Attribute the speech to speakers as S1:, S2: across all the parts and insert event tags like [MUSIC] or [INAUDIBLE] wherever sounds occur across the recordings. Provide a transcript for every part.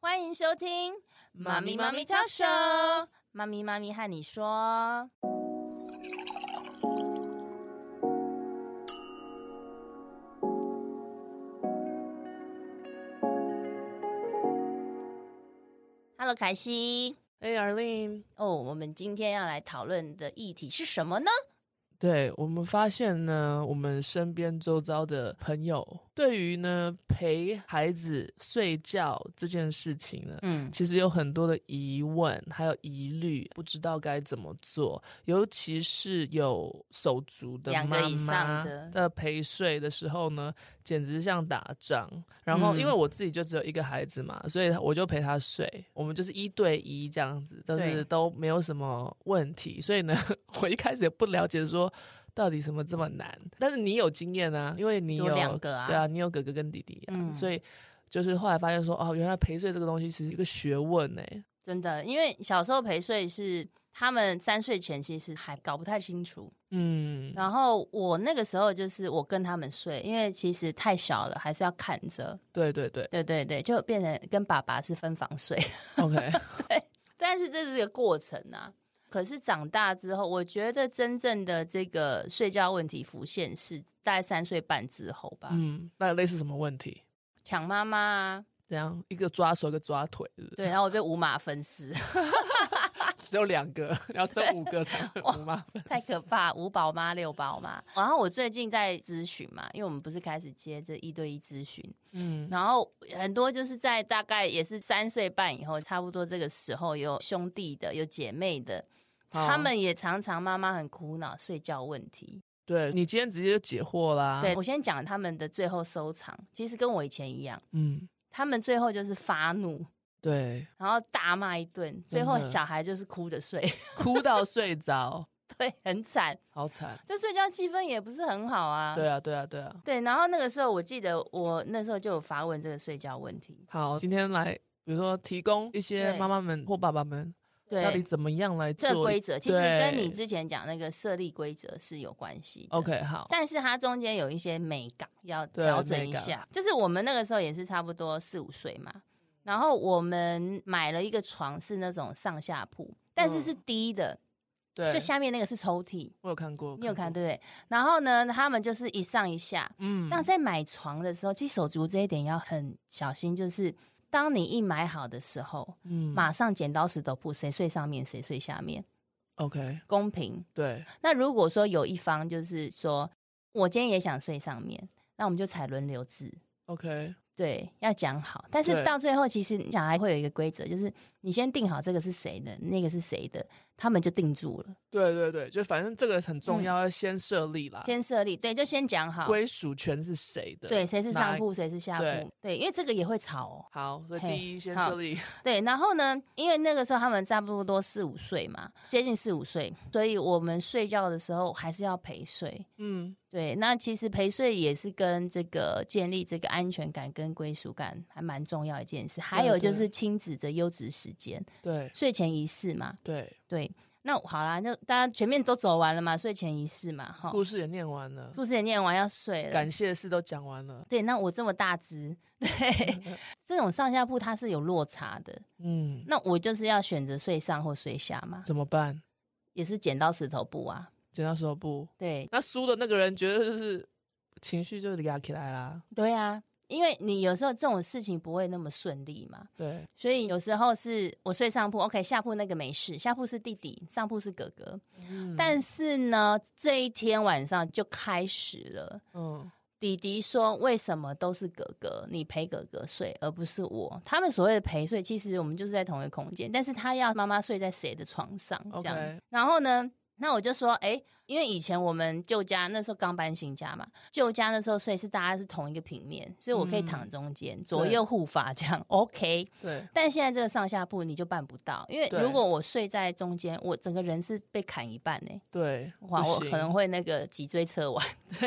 S1: 欢迎收听《
S2: 妈咪妈咪超手》，
S1: 妈咪妈咪和你说。Hello，凯西。
S2: 哎、a r l e n e
S1: 哦，我们今天要来讨论的议题是什么呢？
S2: 对我们发现呢，我们身边周遭的朋友对于呢陪孩子睡觉这件事情呢，
S1: 嗯，
S2: 其实有很多的疑问，还有疑虑，不知道该怎么做。尤其是有手足的
S1: 两个
S2: 妈
S1: 以上
S2: 妈
S1: 的
S2: 的陪睡的时候呢，简直像打仗。然后
S1: 嗯
S2: 因为我自己就只有一个孩子嘛，所以我就陪他睡，我们就是一对一这样子，就
S1: 对
S2: 是都没有什么问题。所以呢， [LAUGHS] 我一开始也不了解说。到底什么这么难？但是你有经验啊，因为你
S1: 有
S2: 有
S1: 两个啊
S2: 对啊，你有哥哥跟弟弟、啊，
S1: 嗯
S2: 所以就是后来发现说，哦，原来陪睡这个东西其实是一个学问呢、
S1: 真的，因为小时候陪睡是他们三岁前，其实还搞不太清楚。
S2: 嗯，
S1: 然后我那个时候就是我跟他们睡，因为其实太小了，还是要看着。
S2: 对对对
S1: 对对对，就变成跟爸爸是分房睡， [LAUGHS]
S2: ，OK， [LAUGHS]
S1: 但是这是一个过程啊。可是长大之后，我觉得真正的这个睡觉问题浮现是大概三岁半之后吧，
S2: 嗯，那类似什么问题？
S1: 抢妈妈啊，
S2: 怎样？一个抓手，一个抓腿，是不是 [LAUGHS]
S1: 对，然后我被五马分尸， [LAUGHS]
S2: 只有两个， [LAUGHS] 然后生五个才会五麻烦。
S1: 太可怕，五宝妈、六宝妈。然后我最近在咨询嘛，因为我们不是开始接这一对一咨询，
S2: 嗯，
S1: 然后很多就是在大概也是三岁半以后，差不多这个时候有兄弟的，有姐妹的，
S2: 好
S1: 他们也常常妈妈很苦恼睡觉问题。
S2: 对你今天直接就解惑啦。
S1: 对，我先讲他们的最后收场，其实跟我以前一样，
S2: 嗯，
S1: 他们最后就是发怒，
S2: 对，
S1: 然后大骂一顿，最后
S2: 真的
S1: 小孩就是哭着睡， [LAUGHS]
S2: 哭到睡着，
S1: 对，很惨，
S2: 好惨。
S1: 这睡觉气氛也不是很好啊。
S2: 对啊，对啊，对啊。
S1: 对，然后那个时候我记得我那时候就有发问这个睡觉问题，
S2: 好，今天来，比如说提供一些
S1: 对
S2: 妈妈们或爸爸们，
S1: 对，
S2: 到底怎么样来
S1: 这
S2: 做
S1: 规则其实跟你
S2: 对
S1: 之前讲那个设立规则是有关系的。
S2: OK 好，
S1: 但是它中间有一些美感要
S2: 对
S1: 调整
S2: 美
S1: 一
S2: 感
S1: 下。就是我们那个时候也是差不多四五岁嘛，然后我们买了一个床是那种上下铺，但是是低的，
S2: 嗯对
S1: 就，下面那个是抽屉，
S2: 我有看过，
S1: 你有看
S2: 过？
S1: 对不对？然后呢，他们就是一上一下。
S2: 嗯，
S1: 那在买床的时候，其实手足这一点要很小心，就是当你一买好的时候，
S2: 嗯
S1: 马上剪刀石头布，谁睡上面谁睡下面，
S2: OK，
S1: 公平。
S2: 对，
S1: 那如果说有一方就是说，我今天也想睡上面，那我们就采轮流制，
S2: OK，
S1: 对，要讲好。但是
S2: 对
S1: 到最后，其实小孩会有一个规则，就是你先定好这个是谁的，那个是谁的，他们就定住了，
S2: 对对对，就反正这个很
S1: 嗯
S2: 重要，要先设立啦，
S1: 先设立，对，就先讲好，
S2: 归属权是谁的？
S1: 对，谁是上
S2: 哪一。
S1: 铺，谁是下铺
S2: 对，
S1: 对，因为这个也会吵哦。
S2: 好，所以
S1: 嘿
S2: 第一先
S1: 好
S2: 设立，
S1: 对，然后呢，因为那个时候他们差不多四五岁嘛，接近四五岁，所以我们睡觉的时候还是要陪睡。
S2: 嗯，
S1: 对，那其实陪睡也是跟这个建立这个安全感跟归属感还蛮重要的一件事，还有就
S2: 嗯对
S1: 是亲子的优质时间，
S2: 对
S1: 睡前仪式嘛，
S2: 对，
S1: 对。那好啦，那大家前面都走完了嘛，睡前仪式嘛，哈，
S2: 故事也念完了，
S1: 故事也念完要睡了。
S2: 感谢的事都讲完了，
S1: 对，那我这么大只， [LAUGHS] 对，这种上下铺它是有落差的，
S2: 嗯，
S1: 那我就是要选择睡上或睡下嘛，
S2: 怎么办？
S1: 也是剪刀石头布啊，
S2: 剪刀石头布，
S1: 对，
S2: 那输的那个人觉得就是情绪就压起来啦，
S1: 对啊，因为你有时候这种事情不会那么顺利嘛，
S2: 对，
S1: 所以有时候是我睡上铺，OK，下铺那个没事，下铺是弟弟，上铺是哥哥。
S2: 嗯
S1: 但是呢，这一天晚上就开始了。
S2: 嗯，
S1: 弟弟说：“为什么都是哥哥，你陪哥哥睡，而不是我？”他们所谓的陪睡，其实我们就是在同一个空间，但是他要妈妈睡在谁的床上这样。
S2: 嗯 OK
S1: 然后呢，那我就说：“诶，因为以前我们旧家那时候刚搬新家嘛，旧家那时候睡是大家是同一个平面，所以我可以
S2: 嗯
S1: 躺中间，左右护法这样，OK。
S2: 对，
S1: 但现在这个上下铺你就办不到，因为
S2: 对
S1: 如果我睡在中间，我整个人是被砍一半呢、
S2: 对，
S1: 哇，
S2: 不
S1: 我
S2: 行
S1: 可能会那个脊椎侧弯。 [LAUGHS]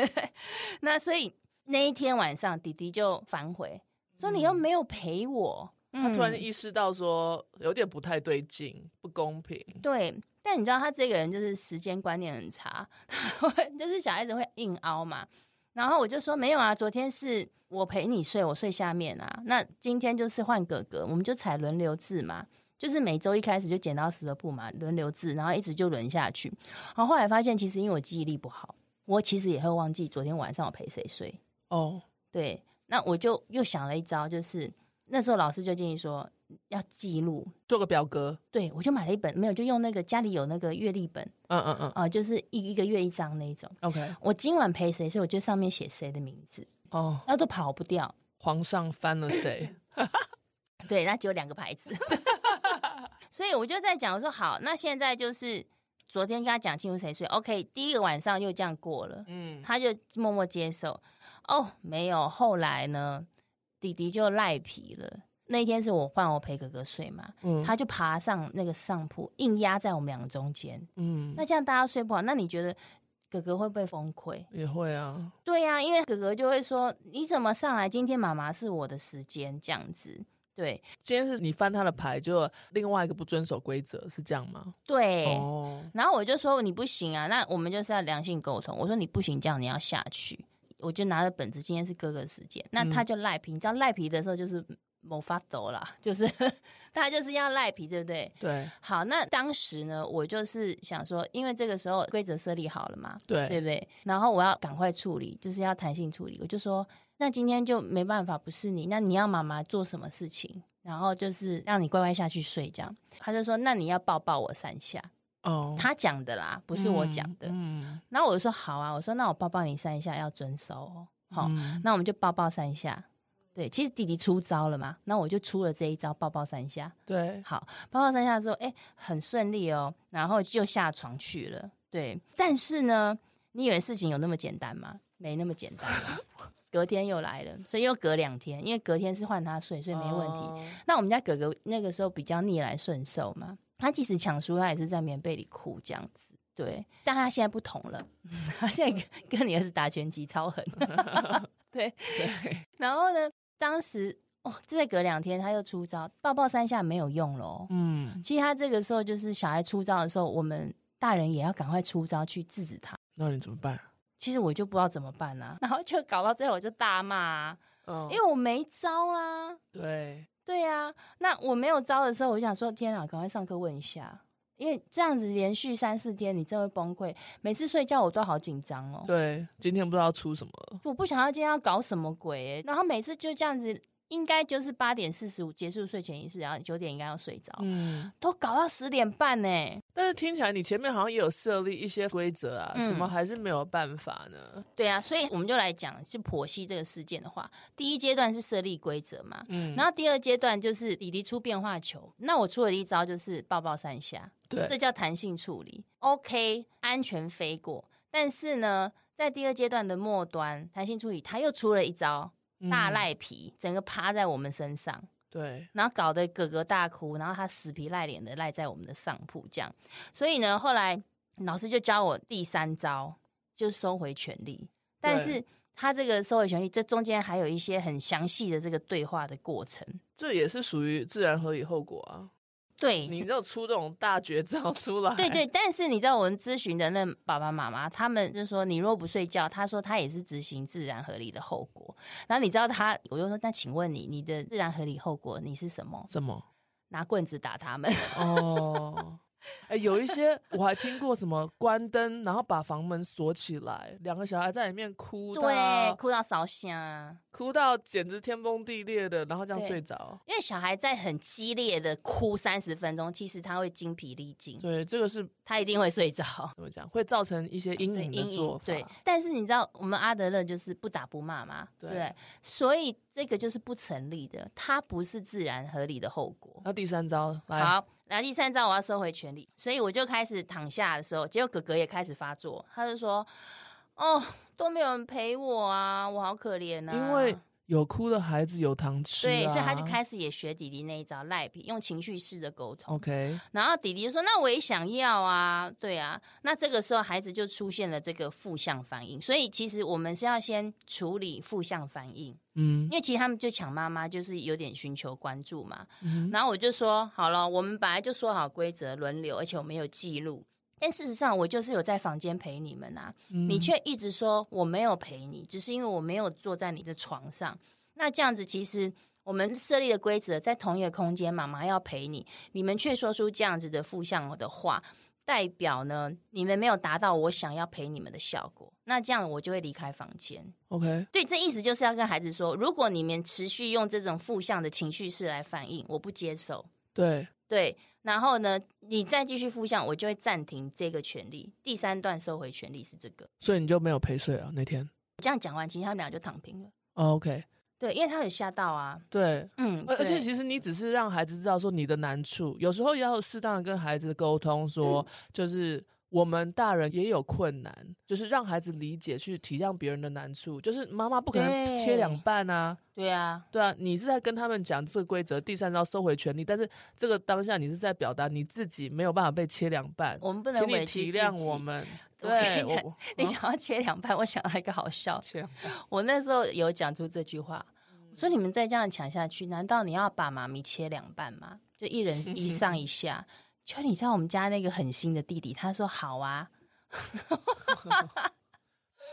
S1: 那所以那一天晚上，弟弟就反悔说：“你又没有陪我。嗯”
S2: 嗯他突然意识到说有点不太对劲，不公平，
S1: 对，但 [LAUGHS] 你知道他这个人就是时间观念很差，他会就是小孩子会硬凹嘛。然后我就说没有啊，昨天是我陪你睡，我睡下面啊。那今天就是换哥哥，我们就采轮流制嘛，就是每周一开始就剪刀石头布嘛，轮流制，然后一直就轮下去。然后后来发现，其实因为我记忆力不好，我其实也会忘记昨天晚上我陪谁睡。
S2: 哦，
S1: 对，那我就又想了一招，就是那时候老师就建议说要记录。
S2: 做个表格，
S1: 对，我就买了一本，没有就用那个家里有那个月历本
S2: 嗯嗯嗯
S1: 啊、就是一一个月一张那一种。
S2: ，OK，
S1: 我今晚陪谁，所以我就上面写谁的名字，
S2: 哦，
S1: 那都跑不掉。
S2: 皇上翻了谁？
S1: 对，那只有两个牌子。 [LAUGHS] 所以我就在讲，我说好，那现在就是昨天跟他讲清楚谁睡，OK，第一个晚上又这样过了，
S2: [COUGHS] 嗯，
S1: 他就默默接受。哦，没有，后来呢，弟弟就赖皮了。那天是我换我陪哥哥睡嘛，
S2: 嗯
S1: 他就爬上那个上铺，硬压在我们两个中间。
S2: 嗯，
S1: 那这样大家睡不好，那你觉得哥哥会不会崩溃？
S2: 也会啊，
S1: 对呀、因为哥哥就会说：“你怎么上来？今天妈妈是我的时间，这样子。”对，
S2: 今天是你翻他的牌，就另外一个不遵守规则，是这样吗？
S1: 对，
S2: 哦，
S1: 然后我就说你不行啊，那我们就是要良性沟通。我说你不行，这样你要下去。我就拿着本子，今天是哥哥时间，那他就赖皮。你知道赖皮的时候就是某发抖啦，就是 [LAUGHS] 他就是要赖皮，对不对？
S2: 对
S1: 好，那当时呢，我就是想说，因为这个时候规则设立好了嘛，对
S2: 对，
S1: 不对？然后我要赶快处理，就是要弹性处理。我就说，那今天就没办法，不是你，那你要妈妈做什么事情？然后就是让你乖乖下去睡，这样。他就说，那你要抱抱我三下。
S2: 哦，
S1: 他讲的啦，不是我讲的。
S2: 嗯，
S1: 然后我就说好啊，我说那我抱抱你三下，要遵守哦。好、
S2: 嗯，
S1: 那我们就抱抱三下。对，其实弟弟出招了嘛，那我就出了这一招，抱抱三下。
S2: 对，
S1: 好，抱抱三下之后，哎，很顺利哦，然后就下床去了。对，但是呢，你以为事情有那么简单吗？没那么简单啊。隔天又来了，所以又隔两天，因为隔天是换他睡，所以没问题。
S2: 题。
S1: 那我们家哥哥那个时候比较逆来顺受嘛，他即使抢输，他也是在棉被里哭这样子。对，但他现在不同了， [LAUGHS] 他现在跟跟你儿子打拳击超狠。对，
S2: 对，
S1: 然后呢，当时哦，这再隔两天他又出招，抱抱三下没有用喽。
S2: 嗯，
S1: 其实他这个时候就是小孩出招的时候，我们大人也要赶快出招去制止他。
S2: 那你怎么办？
S1: 其实我就不知道怎么办啦、 [LAUGHS] 然后就搞到最后我就大骂、啊，
S2: 嗯
S1: 因为我没招啊啦、
S2: 对，
S1: 对呀、那我没有招的时候，我就想说，天啊，赶快上课问一下，因为这样子连续三四天，你真的会崩溃。每次睡觉我都好紧张哦，
S2: 对，今天不知道出什么了。
S1: 我不想要今天要搞什么鬼欸、然后每次就这样子，应该就是八点四十五结束睡前仪式，然后九点应该要睡着，
S2: 嗯，
S1: 都搞到十点半呢、
S2: 但是听起来你前面好像也有设立一些规则啊，
S1: 嗯
S2: 怎么还是没有办法呢？
S1: 对啊，所以我们就来讲，就剖析这个事件的话，第一阶段是设立规则嘛，
S2: 嗯，
S1: 然后第二阶段就是李迪出变化球，那我出了一招就是抱抱三下，这
S2: 对，
S1: 叫弹性处理。OK，安全飞过，但是呢，在第二阶段的末端，弹性处理他又出了一招大
S2: 嗯，
S1: 赖皮，整个趴在我们身上，
S2: 对，
S1: 然后搞得哥哥大哭，然后他死皮赖脸的赖在我们的上铺这样。所以呢，后来老师就教我第三招，就是收回权利，但
S2: 对
S1: 是。他这个收回权利，这中间还有一些很详细的这个对话的过程。
S2: 这也是属于自然合理后果啊。
S1: 对，
S2: 你要出这种大绝招出来，
S1: 对对，但是你知道我们咨询的那爸爸妈妈，他们就说你若不睡觉，他说他也是执行自然合理的后果。然后你知道他，我就说那请问你，你的自然合理后果你是什么？
S2: 什么？
S1: 拿棍子打他们？
S2: 哦。哎、有一些我还听过什么关灯，然后把房门锁起来，两个小孩在里面哭到，
S1: 对，哭到烧香啊。
S2: 哭到简直天崩地裂的，然后这样
S1: 对
S2: 睡着。
S1: 因为小孩在很激烈的哭三十分钟，其实他会精疲力尽，
S2: 对，这个是
S1: 他一定会睡
S2: [LAUGHS]
S1: 着。
S2: 怎么讲？会造成一些阴
S1: 对
S2: 嗯影的
S1: 阴
S2: 做
S1: 影
S2: 法。
S1: 对，但是你知道我们阿德勒就是不打不骂嘛，对不
S2: 对
S1: 对，所以这个就是不成立的，它不是自然合理的后果。
S2: 那第三招来，
S1: 好，然后第三招我要收回权利，所以我就开始躺下的时候，结果哥哥也开始发作，他就说：“哦，都没有人陪我啊，我好可怜啊。”
S2: 因为有哭的孩子有糖吃、啊，
S1: 对，所以他就开始也学弟弟那一招赖皮，用情绪式的沟通。
S2: OK，
S1: 然后弟弟就说：“那我也想要啊，对啊。”那这个时候孩子就出现了这个负向反应，所以其实我们是要先处理负向反应，
S2: 嗯
S1: 因为其实他们就抢妈妈，就是有点寻求关注嘛。
S2: 嗯哼
S1: 然后我就说好了，我们本来就说好规则轮流，而且我们有记录。但事实上，我就是有在房间陪你们啊，
S2: 嗯
S1: 你却一直说我没有陪你，只是因为我没有坐在你的床上。那这样子，其实我们设立的规则，在同一个空间，妈妈要陪你，你们却说出这样子的负向的话，代表呢，你们没有达到我想要陪你们的效果。那这样我就会离开房间。
S2: OK，
S1: 对，这意思就是要跟孩子说，如果你们持续用这种负向的情绪式来反应，我不接受。
S2: 对，
S1: 对，然后呢，你再继续负向，我就会暂停这个权利。第三段收回权利是这个。
S2: 所以你就没有陪睡啊那天。
S1: 这样讲完，其实他们俩就躺平了。
S2: 哦 OK，
S1: 对，因为他有吓到啊。
S2: 对，
S1: 嗯，
S2: 而而且
S1: 对
S2: 其实你只是让孩子知道说你的难处，有时候也要适当的跟孩子沟通
S1: 嗯
S2: 说，就是我们大人也有困难，就是让孩子理解去体谅别人的难处，就是妈妈不可能
S1: 对
S2: 切两半啊。
S1: 对啊，
S2: 对啊，你是在跟他们讲这个规则，第三招收回权利，但是这个当下你是在表达你自己没有办法被切两半，
S1: 我们不能
S2: 请
S1: 委
S2: 你
S1: 屈
S2: 体
S1: 自
S2: 谅
S1: 己
S2: 我。们。
S1: 我跟
S2: 对，
S1: 你讲
S2: 我
S1: 你想要切两半，我想到一个好笑的，
S2: 切两半
S1: 我那时候有讲出这句话，
S2: 嗯
S1: 我说你们再这样抢下去，难道你要把妈咪切两半吗？就一人一上一下。就你知道我们家那个狠心的弟弟，他说好
S2: [LAUGHS]
S1: 啊，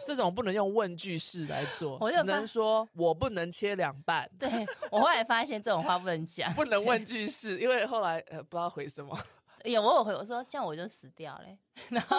S2: 这种不能用问句式来做，
S1: 我就
S2: 只
S1: 发
S2: 能说我不能切两半。
S1: 对我后来发现这种话不能讲，
S2: 不能问句式，因为后来呃不知道回什么。
S1: 有我有回我说这样我就死掉嘞， [LAUGHS] 然后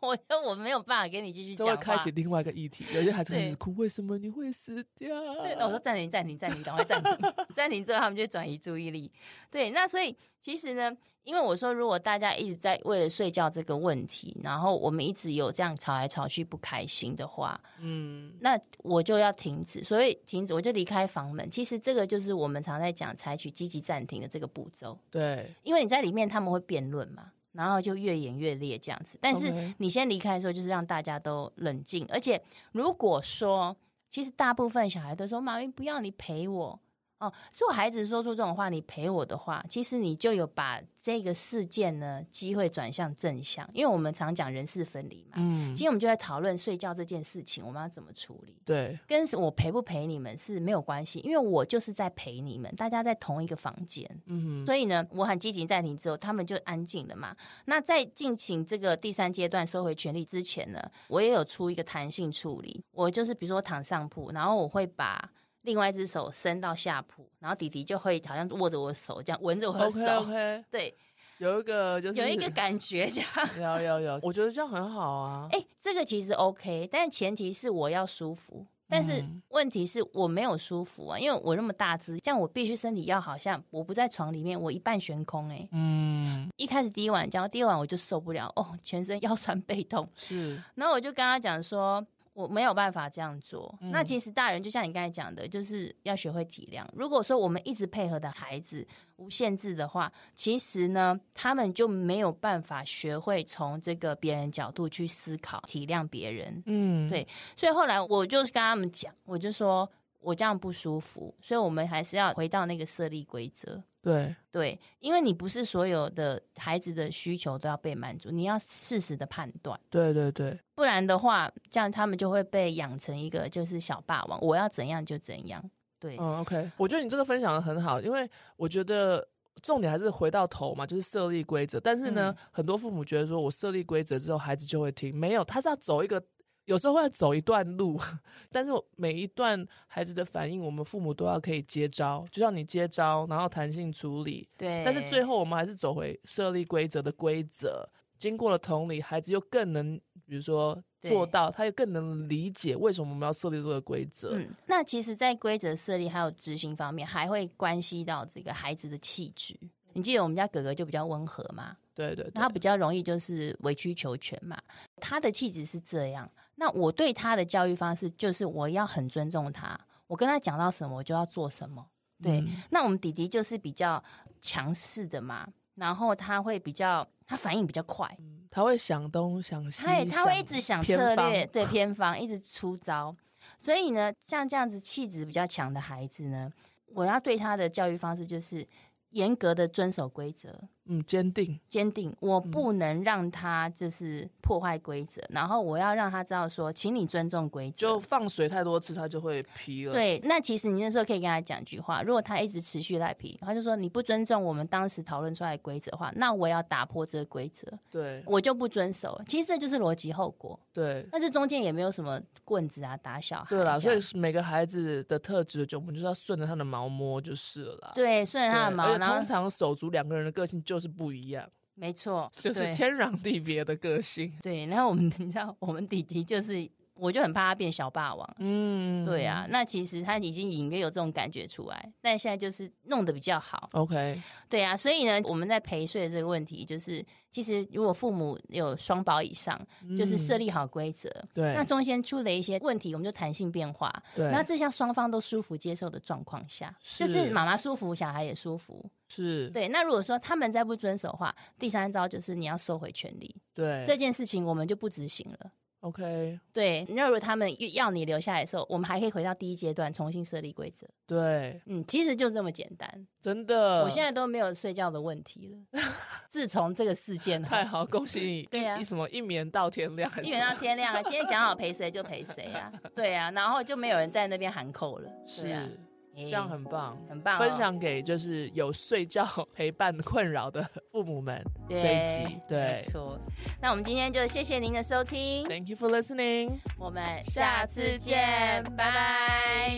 S1: 我就我没有办法跟你继续
S2: 这
S1: 讲
S2: 会
S1: 话。
S2: 开启另外一个议题，有些孩子开
S1: 对
S2: 始哭，为什么你会死掉？
S1: [LAUGHS] 对，那我说暂停，暂停，暂停，赶快暂停， [LAUGHS] 暂停之后他们就转移注意力。对，那所以其实呢，因为我说如果大家一直在为了睡觉这个问题，然后我们一直有这样吵来吵去不开心的话，
S2: 嗯，
S1: 那我就要停止，所以停止我就离开房门。其实这个就是我们常在讲采取积极暂停的这个步骤，
S2: 对，
S1: 因为你在里面他们会辩论嘛。然后就越演越烈这样子，但是
S2: OK
S1: 你先离开的时候，就是让大家都冷静。而且如果说，其实大部分小孩都说：“妈咪，不要你陪我。”哦，如果孩子说出这种话，你陪我的话，其实你就有把这个事件呢机会转向正向，因为我们常讲人事分离嘛。
S2: 嗯
S1: 今，天我们就在讨论睡觉这件事情，我们要怎么处理。
S2: 对，
S1: 跟我陪不陪你们是没有关系，因为我就是在陪你们，大家在同一个房间，
S2: 嗯哼，
S1: 所以呢，我很积极暂停之后，他们就安静了嘛。那在进行这个第三阶段收回权利之前呢，我也有出一个弹性处理，我就是比如说躺上铺，然后我会把。另外一只手伸到下铺，然后弟弟就会好像握着我的手，这样闻着我的手
S2: OK OK，
S1: 对，
S2: 有一个就是
S1: 有一个感觉这样。 [LAUGHS]
S2: 有有有，我觉得这样很好啊。
S1: 哎、这个其实 OK，但前提是我要舒服。但是
S2: 嗯
S1: 问题是我没有舒服啊，因为我那么大只，这样我必须身体要好像我不在床里面，我一半悬空哎、
S2: 嗯，
S1: 一开始第一晚教，第二晚我就受不了哦，全身 [LAUGHS] 腰酸背痛，
S2: 是，
S1: 然后我就跟他讲说，我没有办法这样做。那其实大人就像你刚才讲的，就是要学会体谅。如果说我们一直配合的孩子无限制的话，其实呢，他们就没有办法学会从这个别人角度去思考、体谅别人。
S2: 嗯，
S1: 对所以后来我就跟他们讲，我就说我这样不舒服，所以我们还是要回到那个设立规则。
S2: 对，
S1: 对，因为你不是所有的孩子的需求都要被满足，你要适时的判断。
S2: 对对对，
S1: 不然的话，这样他们就会被养成一个就是小霸王，我要怎样就怎样。对，
S2: 嗯，OK，我觉得你这个分享的很好，因为我觉得重点还是回到头嘛，就是设立规则。但是呢，
S1: 嗯
S2: 很多父母觉得说我设立规则之后，孩子就会听，没有，他是要走一个。有时候会要走一段路， [LAUGHS] 但是我每一段孩子的反应，我们父母都要可以接招，就像你接招，然后弹性处理。
S1: 对。
S2: 但是最后我们还是走回设立规则的规则。经过了同理，孩子又更能，比如说
S1: 对
S2: 做到，他又更能理解为什么我们要设立这个规则。
S1: 嗯，那其实，在规则设立还有执行方面，还会关系到这个孩子的气质。你记得我们家哥哥就比较温和嘛，
S2: 对对对，
S1: 他比较容易就是委曲求全嘛，他的气质是这样。那我对他的教育方式就是我要很尊重他，我跟他讲到什么我就要做什么。对，
S2: 嗯
S1: 那我们弟弟就是比较强势的嘛，然后他会比较，他反应比较快，
S2: 他会想东想西，
S1: 他也他会一直嗯想策略，
S2: 偏
S1: 对偏方一直出招。所以呢，像这样子气质比较强的孩子呢，我要对他的教育方式就是严格的遵守规则，
S2: 嗯，坚定，
S1: 坚定，我不能让他就是破坏规则，然后我要让他知道说，请你尊重规则
S2: 就。放水太多次，他就会劈了。，
S1: 对，那其实你那时候可以跟他讲一句话，如果他一直持续赖皮，他就说你不尊重我们当时讨论出来的规则的话，那我也要打破这个规则，
S2: 对
S1: 我就不遵守了。其实这就是逻辑后果，
S2: 对
S1: 但是中间也没有什么棍子啊、打小孩这
S2: 对
S1: 样。
S2: 啦，所以每个孩子的特质，就我们就是要顺着他的毛摸就是了啦。
S1: 对顺着
S2: 对，
S1: 他的毛，
S2: 而且
S1: 然后
S2: 通常手足两个人的个性就是不一样，
S1: 没错，
S2: 就是
S1: 对
S2: 天壤地别的个性。
S1: 对。然后我们 [LAUGHS] 你知道，我们弟弟就是，我就很怕他变小霸王。
S2: [LAUGHS] 嗯，
S1: 对啊，那其实他已经隐约有这种感觉出来，但现在就是弄得比较好。
S2: ，OK，
S1: 对啊，所以呢，我们在陪睡这个问题，就是其实如果父母有双保以上，就是设
S2: 立
S1: 立好规则，那
S2: 嗯对
S1: 中间出了一些问题，我们就弹性变化。
S2: 对，
S1: 那这项双方都舒服接受的状况下，
S2: 是嗯
S1: 就是妈妈舒服，小孩也舒服。
S2: 是
S1: 对，那如果说他们再不遵守的话，第三招就是你要收回权利，
S2: 对
S1: 这件事情我们就不执行了。
S2: OK
S1: 对，那如果他们要你留下来的时候，我们还可以回到第一阶段，重新设立规则。
S2: 对，
S1: 嗯，其实就这么简单。
S2: 真的，
S1: 我现在都没有睡觉的问题了。自从这个事件后，
S2: 太好，恭喜你！
S1: 对
S2: 一
S1: 啊
S2: 一什么一眠到天亮还是
S1: 一
S2: 什么，
S1: 元到天亮啊，今天讲好陪谁就陪谁
S2: [LAUGHS]
S1: 啊，对啊，然后就没有人在那边喊扣了，对啊
S2: 是
S1: 这
S2: 这样很棒。
S1: 很棒哦，
S2: 分享给就是有睡觉 [LAUGHS] 陪伴困扰的父母们这
S1: 对
S2: 一集，对
S1: 没错。那我们今天就谢谢您的收听，
S2: ，Thank you for listening。
S1: 我们下次见，拜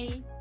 S1: 拜